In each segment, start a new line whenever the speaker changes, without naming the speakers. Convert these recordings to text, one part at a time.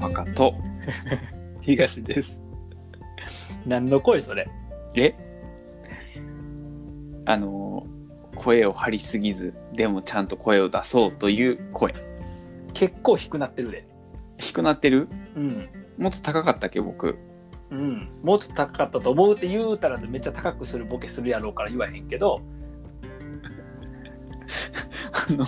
マカと東です。
何の声それ
えあのー声を張りすぎずでもちゃんと声を出そうという声
結構低くなってるで
低くなってる
うん
もっと高かったっけ僕
うんもうちょっと高かったと思うって言うたらめっちゃ高くするボケするやろうから言わへんけど、
あの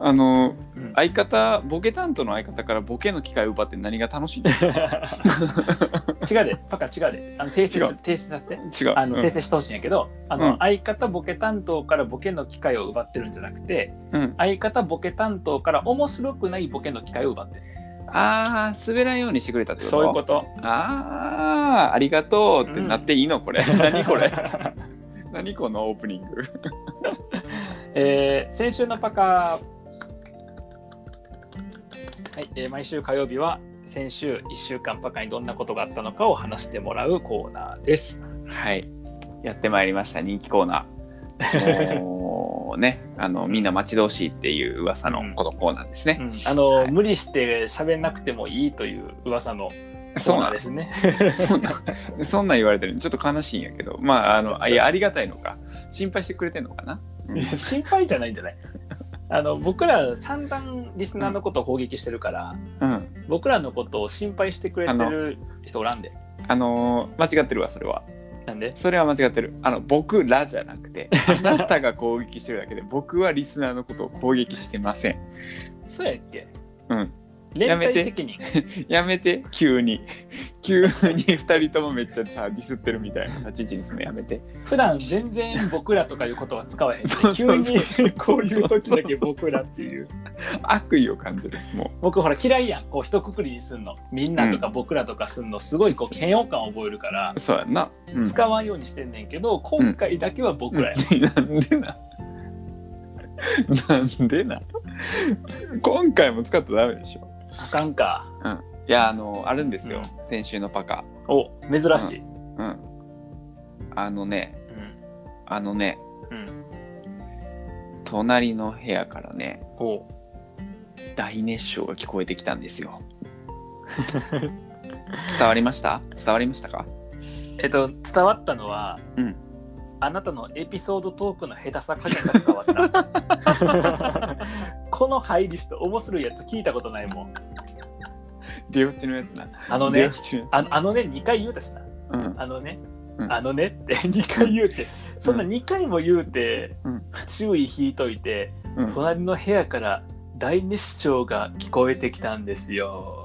あのー
うん
相方ボケ担当の相方からボケの機会を奪って何が楽しいんだ
違うでパカ違うであの訂正
違
さ
う
訂正させて
違う
あの
うん
訂正してほしいんやけど、あの
うん
相方ボケ担当からボケの機会を奪ってるんじゃなくて
うん、
相方ボケ担当から面白くないボケの機会を奪ってる
ああ滑らんようにしてくれたってこと
そういうこと
ああありがとうってなっていいのこれ、何こ れ何このオープニング
えー先週のパカはい、えー毎週火曜日は先週1週間パカにどんなことがあったのかを話してもらうコーナーです。
はい、やってまいりました人気コーナー。もうね、 あのみんな待ち遠しいっていう噂のこのコーナーですね。
あの、
はい
無理して喋んなくてもいいという噂のコ
そう
ー
な
ナー
ん
で
です
ね。
す。そんな、そん なん言われてる、ちょっと悲しいんやけど、まあ、あの、あいや、ありがたいのか、心配してくれてんのかな。
いや心配じゃないんじゃないあの僕ら散々リスナーのことを攻撃してるから、
うん、
僕らのことを心配してくれてる人おらんで。
あのー間違ってるわ、それは。
なんで
それは間違ってる。あの、僕らじゃなく て、あなたが攻撃してるだけで、僕はリスナーのことを攻撃してません。
そうやっけ
うん。
連
やめ
帯
て
責任。
やめて、急に。急に2人ともめっちゃさ、ディスってるみたいな立ち位置にするのやめて。
普段全然僕らとかいう言葉使わへんし
そう
急
そうそう
にこういう時だけ僕らっていう
悪意を感じるも
僕ほら嫌いやんこう一括りにすんのみんなとか僕らとかすんのすごいこう嫌悪感を覚えるから
うそうやんな、うん、
使わんようにしてんねんけど今回だけは僕らや、
なんでななんでな今回も使ったらダメでしょ
あかんか
いやあのあるんですよ、先週のパカ
お珍しい、
うんあのね
うん
あのね
うん、
隣の部屋からね
お
大熱唱が聞こえてきたんです よ伝わりました伝わりました か
えっと伝わったのは、
うん
あなたのエピソードトークの下手さ加減が伝わった この入りして面白いやつ聞いたことないもん
出落ちのやつな
あ
あ
のね
落ちのや
ああのね2回言うたしな
つうん
あのね、
うん
あのねって 2回言うて、そんな2回も言うて、
うん
注意引いといて、
うん
隣の部屋から大熱唱が聞こえてきたんですよ。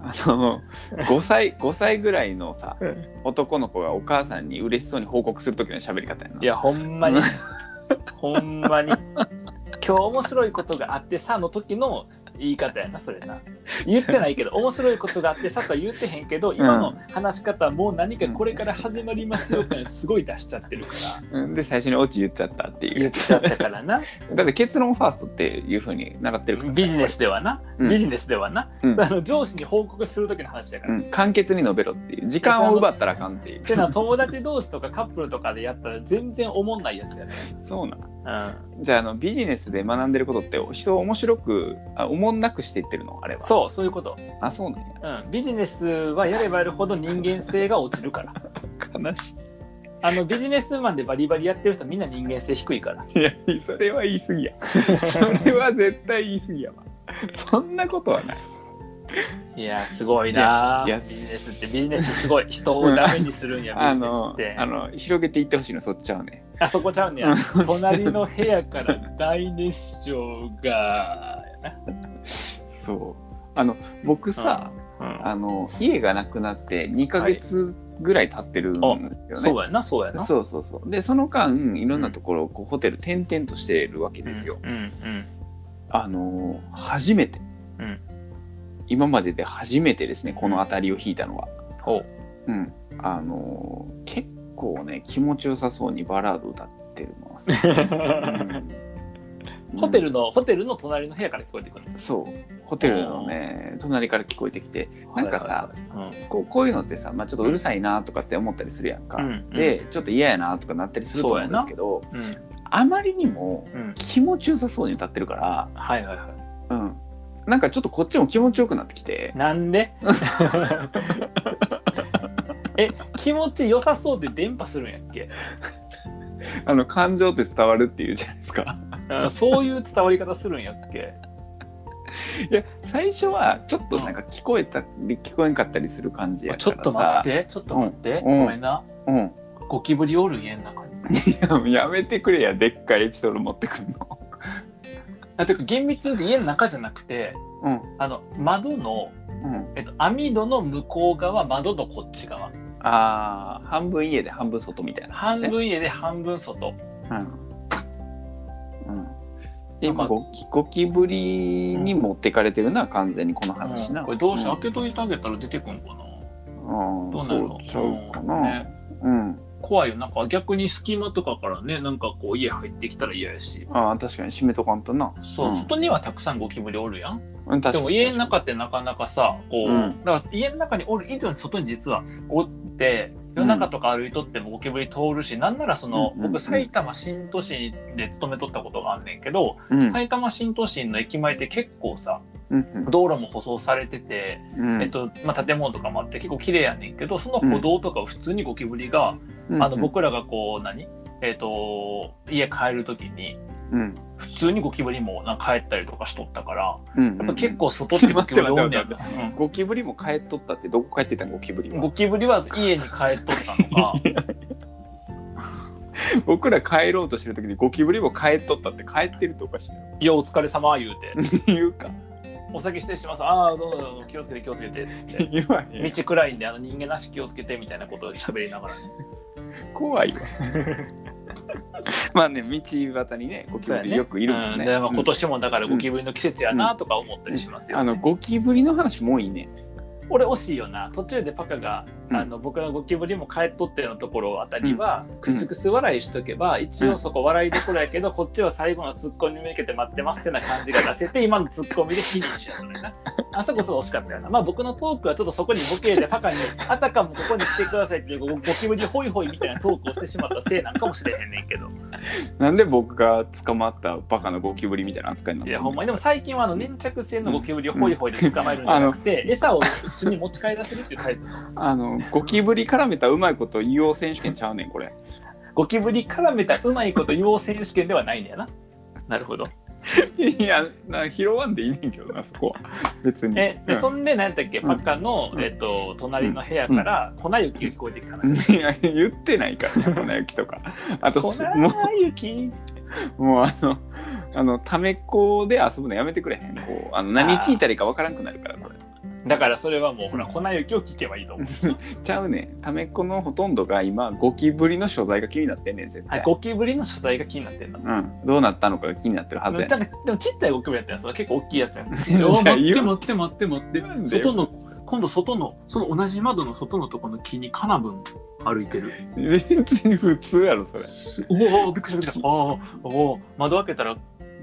あの5歳5歳ぐらいのさ
うん
男の子がお母さんに嬉しそうに報告する時の喋り方やない
や、ほんまに
うん、
ほんまに、今日面白いことがあってさの時の言い方やな、それな。言ってないけど、面白いことがあってさとは言ってへんけど、今の話し方はもう何かこれから始まりますよ感すごい出しちゃってるから、
うんで最初にオチ言っちゃったってい
言っ
う
ちゃったからな。
だって結論ファーストっていうふうに習ってるからさ
ビジネスではな、
うん
ビジネスではな、
うん
あの上司に報告する時の話だから。
うん簡潔に述べろっていう時間を奪ったらあかんっていう
てな友達同士とかカップルとかでやったら全然おもんないやつやね。
そうなん
う ん、
じゃああのビジネスで学んでることって人を面白くあおもんなくしていってるのあれは
そうそういうこと、
あそうなんや
うん。ビジネスはやればやるほど人間性が落ち るから。
悲し
あのビジネスマンでバリバリやってる人みんな人間性低いから。
いいやそれは言い過 ぎやそれは絶対言い過ぎやわそんなことはない
いやすごいない
やいや
ビジネスってビジネスすごい人をダメにするんや、
あ
ビジネスっ
の
て。
あ
あ
の広げていってほしいのそっちはね
そこちゃうんや。隣の部屋から大熱唱が。
そうあの僕さ、
うん
あの家がなくなって2ヶ月ぐらい経ってるんですよね、
そうやなそうやな。
そうそうそうでその間いろんなところをこうホテル転々としてるわけですよ、
うんうん
あの初めて、
うん
今までで初めてですねこの辺りを引いたのは
うん。ほう。
うんあの結構ね気持ちよさそうにバラード歌って ます、うん
ホテルの、ホテルの隣の部屋から聞こえてくる。
そうホテルのね隣から聞こえてきてなんかさ
はいはいはい、
こうこういうのってさ、まあ、ちょっとうるさいなとかって思ったりするやんか、
うんうん
でちょっと嫌やなとかなったりすると思うんですけど
うん、
あまりにも
うん、
気持ちよさそうに歌ってるか
はいはいはい。
ら、うん、なんかちょっとこっちも気持ちよくなってきて
なん でえ気持ち良さそうで電波するんやっけ
あの感情って伝わるっていうじゃないですか
あそういう伝わり方するんやっけ
いや最初はちょっとなんか聞こえたり聞こえんかったりする感じや
あ
から
ち
さ
ょっと待ってちょっと待って、
うん
ごめんな
うん
ゴキブリおる家の中に
い ややめてくれやでっかいエピソード持ってくんの
あてか厳密に言うと家の中じゃなくて
うん
あの窓の、
うん
えっと、網戸の向こう側窓のこっち側
あー半分家で半分外みたいな
半分家で半分外
うんうん
なんか
今ゴキゴキブリに持ってかれてるな完全にこの話な、
うんこれどうして
うん
開けといてあげたら出てくんかな
あ
ど
あ
うな
そ
る
う
の
ちゃうか
うん
な
ね
うん
怖いよなんか逆に隙間とかからねなんかこう家入ってきたら嫌やし
ああ確かに閉めとかんとな
そう、
うん
外にはたくさんゴキブリおるやん
うん確か
で
に
も家の中ってなかなかさこう、
うん
だから家の中におる以上に外に実はおって夜中とか歩いとってもゴキブリ通るし、なんならその、
うんうんうん
僕埼玉新都心で勤めとったことがあんねんけど、
うん
埼玉新都心の駅前って結構さ
うん
道路も舗装されてて、
うん
えっとまあ、建物とかもあって結構綺麗やねんけどその歩道とかを普通にゴキブリが、
うん
あの僕らがこう何えっ、と家帰る時に
うん
普通にゴキブリもなんか帰ったりとかしとったから
うん
やっぱ結構外ってゴキブリ多いんだよ、
待ゴキブリも帰っとったってどこ帰ってたんゴキブリ
うん
は
ゴキブリは家に帰っとったのか
僕ら帰ろうとしてる時にゴキブリも帰っとったって帰ってるっておかしいな
いやお疲れ様言うて
言うか
お酒失礼しますああどうぞどうぞ気をつけて気をつけてっつって
言わへん
道暗いんであの人間なし気をつけてみたいなことを喋りながら
怖 いわまあね道端にねゴキブリよくいるもん
う
ね
でまあ今年もだからゴキブリの季節やなとか思ったりしますよ、
あのゴキブリの話もういいね
俺惜しいよな途中でパカが、
うん
あの僕がゴキブリも帰っとってのところあたりは、ク
うん
スクス笑いしとけば、一応そこ笑いどころやけど、こっちは最後のツッコミに向けて待ってますってな感じが出せて今のツッコミでフィニッシュやったのよなあそこちょっと惜しかったよなまあ僕のトークはちょっとそこにボケでパカにあたかもここに来てくださいっていうゴゴキブリホイホイみたいなトークをしてしまったせいなんかもしれへんねんけど
なんで僕が捕まったバカなゴキブリみたいな扱いになっ
い
た
や
の
ほんまにでも最近はあの粘着性のゴキブリをホイホイで捕まえるんじゃなくて、餌を巣に持ち帰らせるっていうタイプ
あのゴキブリ絡めたうまいこと言おう選手権ちゃうねんこれ
ゴキブリ絡めたうまいこと言おう選手権ではないんだよななるほど
いやな拾わんでいいねんけどなそこは別に
えで
うん
そんで何やったっけ
うん
パカの、えっと、隣の部屋から粉雪が聞こえてきた 話、
いや言ってないから粉雪と かあと
粉
すも
雪
うもうあのあのためっこで遊ぶのやめてくれへんこうあの何聞いたらいいかわからんくなるからこれ
だからそれはもうほら粉雪を聞けばいいと思う
ちゃうねんためっこのほとんどが今ゴキブリの所在が気になってんねん絶
あ
対
ゴキブリの所在が気になってんだ
うん、どうなったのかが気になってるはず
な
や
んかでもちっちゃいゴキブリやったやつは結構大きいやつや ん
じゃあ
お待っ
言
て
う
待って待って待って
なんでよ
外の今度外のその同じ窓の外のところの木にカナブン歩いてる
別に普通やろそれ
おおびっくりしたびっくりしたおーおー窓開けたら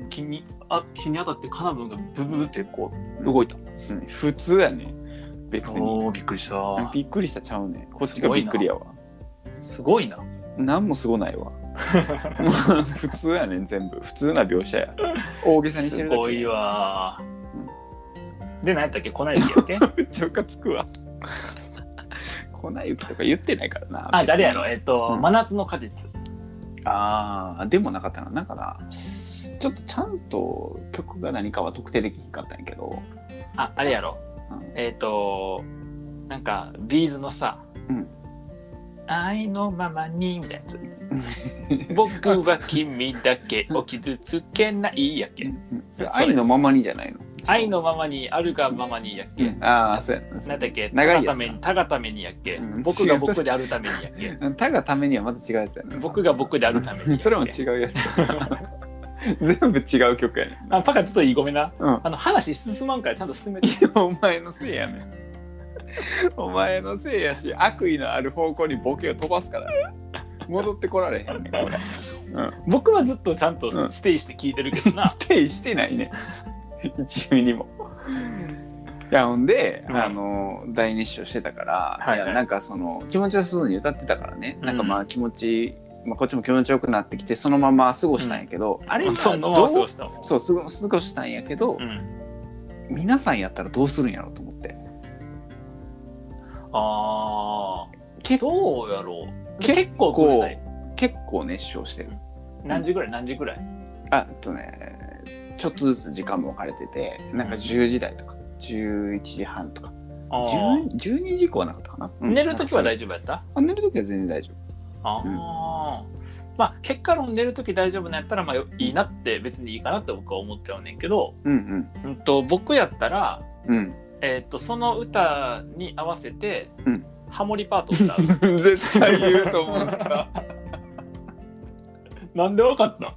木にあ木に当たってカナブンがブブブってこう動いた
うん普通やね別に
おーびっくりし た
びっくりしたちゃうねこっちがびっくりやわ
すごいな
なんもすごないわ 普通やねん全部普通な描写や大げさにして
す
るだけ
ごいわで何やったっけ粉雪やっけ
めっちゃうかつくわ粉雪とか言ってないからな別
あ
に
誰やろえっと、
うん
真夏の果実
あーでもなかったななんかなちょっとちゃんと曲が何かは特定できなかったんやけど
ああれやろ、
うん
えっとなんかビーズのさ
うん
愛のままにみたいなやつ僕は君だけを傷つけないやっけ
それ愛のままにじゃないの
愛のままにあるがままにやっ
う
け、
んああそうやな
なんだっけ
長
長
いやつ
いためにたがためにやっけ、
うん
僕が僕であるためにやっけ
他がためにはまた違うやつやな
僕が僕であるためにやっけ
それも違う やつや全部違う曲やねんな
あパカちょっといいごめんな、
うん
あの話進まんからちゃんと進めて
お前のせいやねんお前のせいやし悪意のある方向にボケを飛ばすから戻ってこられへんねんこれ
僕はずっとちゃん
う
と
ん
ステイして聞いてる けどな、
ステイしてないね一ミリもいやほんで、
うん
あの大熱唱してたから、
はいはい
やなんかその気持ちよさそうに歌ってたからね、なんかまあ気持ち、まあ、こっちも気持ちよくなってきてそのまま過ごしたんやけど、あれは
そん
ど
なも
うん
過ごしたもん
そう過ご過ごしたんやけど、
うん
皆さんやったらどうするんやろうと思って
ああ
け
どうやろう
結構
結構うるさい
結構熱唱してる
何時ぐらい何時ぐらい
あえっとねちょっとずつ時間も置かれててなんか10時台とか11時半とか
あー
10 12時以降はなかったかな、うん
寝るときは
なんか
大丈夫やった
そういうあ寝る時は全然大丈
ああ、まあ結果論寝るとき大丈夫なんやったらまあよいいなって別にいいかなって僕は思っちゃうねんけど、
夫うん
うん、と僕やったら、
うんうん
えっとその歌に合わせて、
うん
ハモリパートを歌う
絶
対言うと思った なんでわかった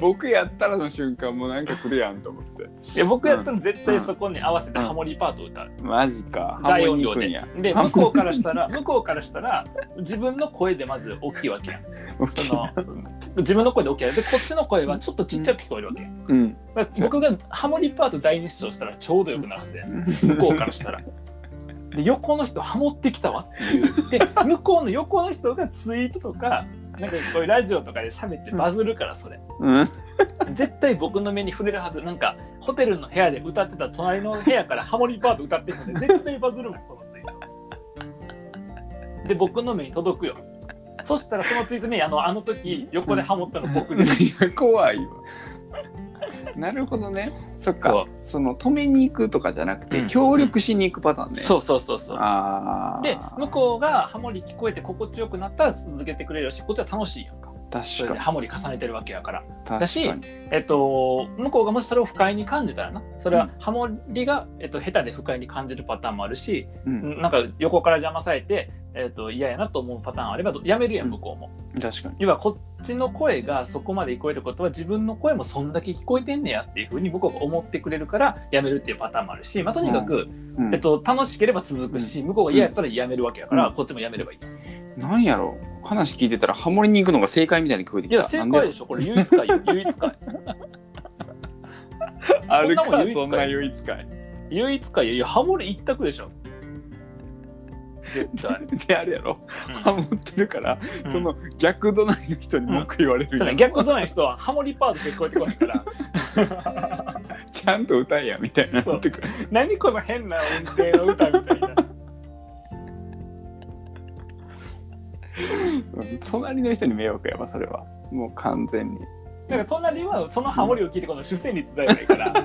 僕やったらの瞬間もなんか来るやんと思って
いや僕やったら絶対そこに合わせてハモリパートを歌う、
マジか
大音量
ハモ
で
に行くん
で向こうからしたら 向こうからしたら自分の声でまず大きいわけやんそ の自分の声で大きいやんでこっちの声はちょっとちっちゃく聞こえるわけやん
うん
だから僕がハモリパート大熱唱したらちょうどよくなるはずやん向こうからしたら。 で横の人ハモってきたわっていうで向こうの横の人がツイートとかなんかこういうラジオとかで喋ってバズるからそれ
うん
絶対僕の目に触れるはずなんかホテルの部屋で歌ってた隣の部屋からハモリパート歌ってきたんで絶対バズるもんこのツイートで僕の目に届くよそしたらそのツイートにあのあの時横でハモったの僕です
いや 怖いわなるほどねそっ
そ
か
う
その止めに行くとかじゃなくて、
うん
協力しに行くパターンね、
そうそうそうそう
ああ
で向こうがハモリ聞こえて心地よくなったら続けてくれるしこっちは楽しいやんかそ
確
れ
か
で
に
ハモリ重ねてるわけやから
確
だし
かに
えっと向こうがもしそれを不快に感じたらなそれ
う
は
ん
ハモリが、えっと、下手で不快に感じるパターンもあるし
うん、
なんか横から邪魔されてえっと、嫌やなと思うパターンあればどやめるやん
うん
向こうも、
確かに
要はこっちの声がそこまで聞こえることは自分の声もそんだけ聞こえてんねやっていうふうに向こうが思ってくれるからやめるっていうパターンもあるし、まあ、とにかく、
うん
えっと、楽しければ続くし、向こうが嫌やったらやめるわけやから、
うん
こっちもやめればいい。
なんやろう話聞いてたらハモりに行くのが正解みたいに聞こえてき
い
た
や、正
なん
解でしょ、これ唯一 かよ、唯一かよ。
であるか
こんなもん唯一かい
そんな唯一かい
唯一かよ、いや、ハモリ一択でしょ。絶対。
であるやろ、ハモってるから、
うん
その逆隣の人に文句言われる
そ
やん
うね逆とない人はハモリパートで聞こえてこないから、
ちゃんと歌えやみたいになってくる
何この変な音程の歌みたいな。
うん隣の人に迷惑やわそれはもう完全に
なんか隣はそのハモリを聞いてこの主旋律だよないから。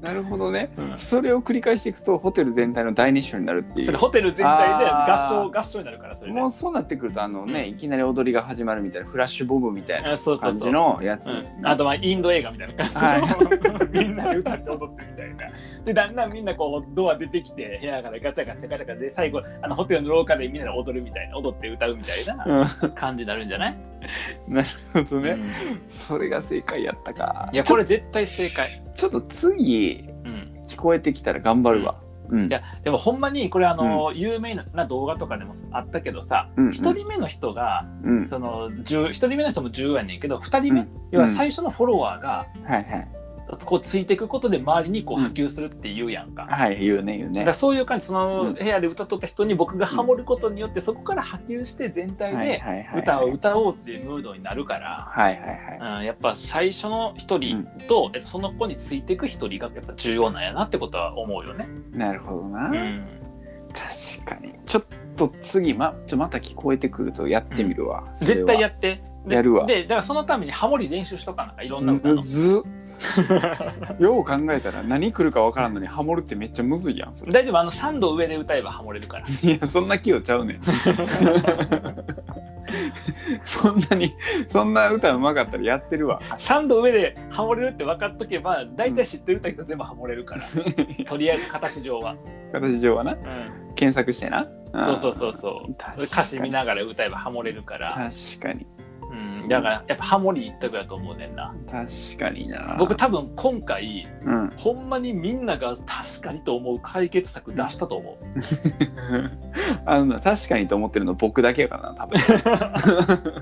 なるほどね、
うん
それを繰り返していくとホテル全体の大熱唱になるってい
それ
う
ホテル全体で合
あ
唱、
ー
合唱になるから、それで
もう。そうなってくるとあのねいきなり踊りが始まるみたいなフラッシュボブみたいな
あそうそう
感
そ
じ
う。
のやつ、
うん、あとまあインド映画みたいな感じの、 みんなで歌って踊ってみたいなでだんだんみんなこうドア出てきて部屋からガチャガチャガチャガチャで最後あのホテルの廊下でみんなで踊るみたいな踊って歌うみたいな
うん
感じになるんじゃない、
ほんとね、
うん
それが正解やったか
いやこれ絶対正解、
ちょっと次
うん、
聞こえてきたら頑張るわ、うん
いやでもほんまにこれあの、有名な動画とかでもあったけどさ
うんうん
一、人目の人が
うん、
その10一人目の人も10やねんけど二人目、
うん
要は最初のフォロワーが
はいはい
こうついていくことで周りにこう
うん
波及するっていうやんか、
はい言うね言う
だ
ね
からそういう感じその
うん
部屋で歌っとった人に僕がハモることによってそこから波及して全体
はい
で
はいはい
歌を歌おうっていうムードになるから、
はいはいはい
うん、やっぱ最初の一人と、えっと、その子についていく一人がやっぱ重要なんやなってことは思うよね。
なるほどな、
うん、
確かにちょっと次まちょまた聞こえてくるとやってみるわ、それは
絶対やってで
やるわ
でだからそのためにハモリ練習しとかないろんな歌
む
の。
ずっ よう考えたら何来るかわからんのにハモるってめっちゃむずいやんそれ
大丈夫あの3度上で歌えばハモれるから
いやそんな器用ちゃうねん そんなにそんな歌うまかったらやってるわ
3度上でハモれるって分かっとけば大体知ってる歌人全部ハモれるからとりあえず形上は、
形上はな
うん、
検索してな
そうそうそううそう
確かに
歌詞見ながら歌えばハモれるから、
確かに
うん、だからやっぱハモリ一択やと思うねんな
確かにな
僕多分今回
うん
ほんまにみんなが確かにと思う解決策出したと思う
あのな確かにと思ってるの僕だけやからな多分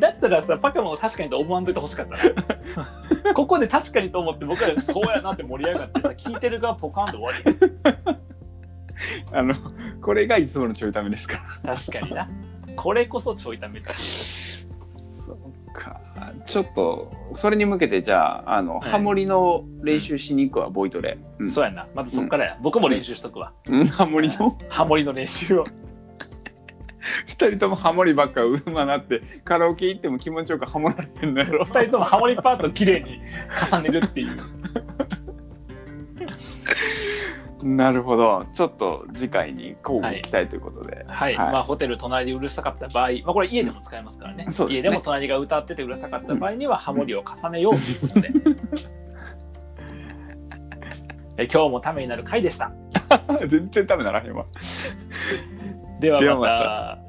だったらさパカも確かにと思わんといてほしかったなここで確かにと思って僕らそうやなって盛り上がってさ聞いてる側ポカンと終わりよ
あの これがいつものちょいためですから
確かになこれこそちょいためだ
そうかちょっとそれに向けてじゃああの、
はい
ハモリの練習しに行くわ、ボイトレ、うん
そうやな。まずそっからや。僕も練習しとくわ。
うんハモリの
ハモリの練習を。
二人ともハモリばっかうまなってカラオケ行っても気持ちよくハモられるんだやろ
二人ともハモリパートを綺麗に重ねるっていう。
なるほどちょっと次回に交互期待ということで、
はい。
はい
まあ、ホテル隣でうるさかった場合、まあ、これ家でも使えますからね。
そうですね
家でも隣が歌っててうるさかった場合には、ハモリを重ねよう ということで。え今日もためになる回でした。
全然ダメならへんわ
では
では
ま
ま
た。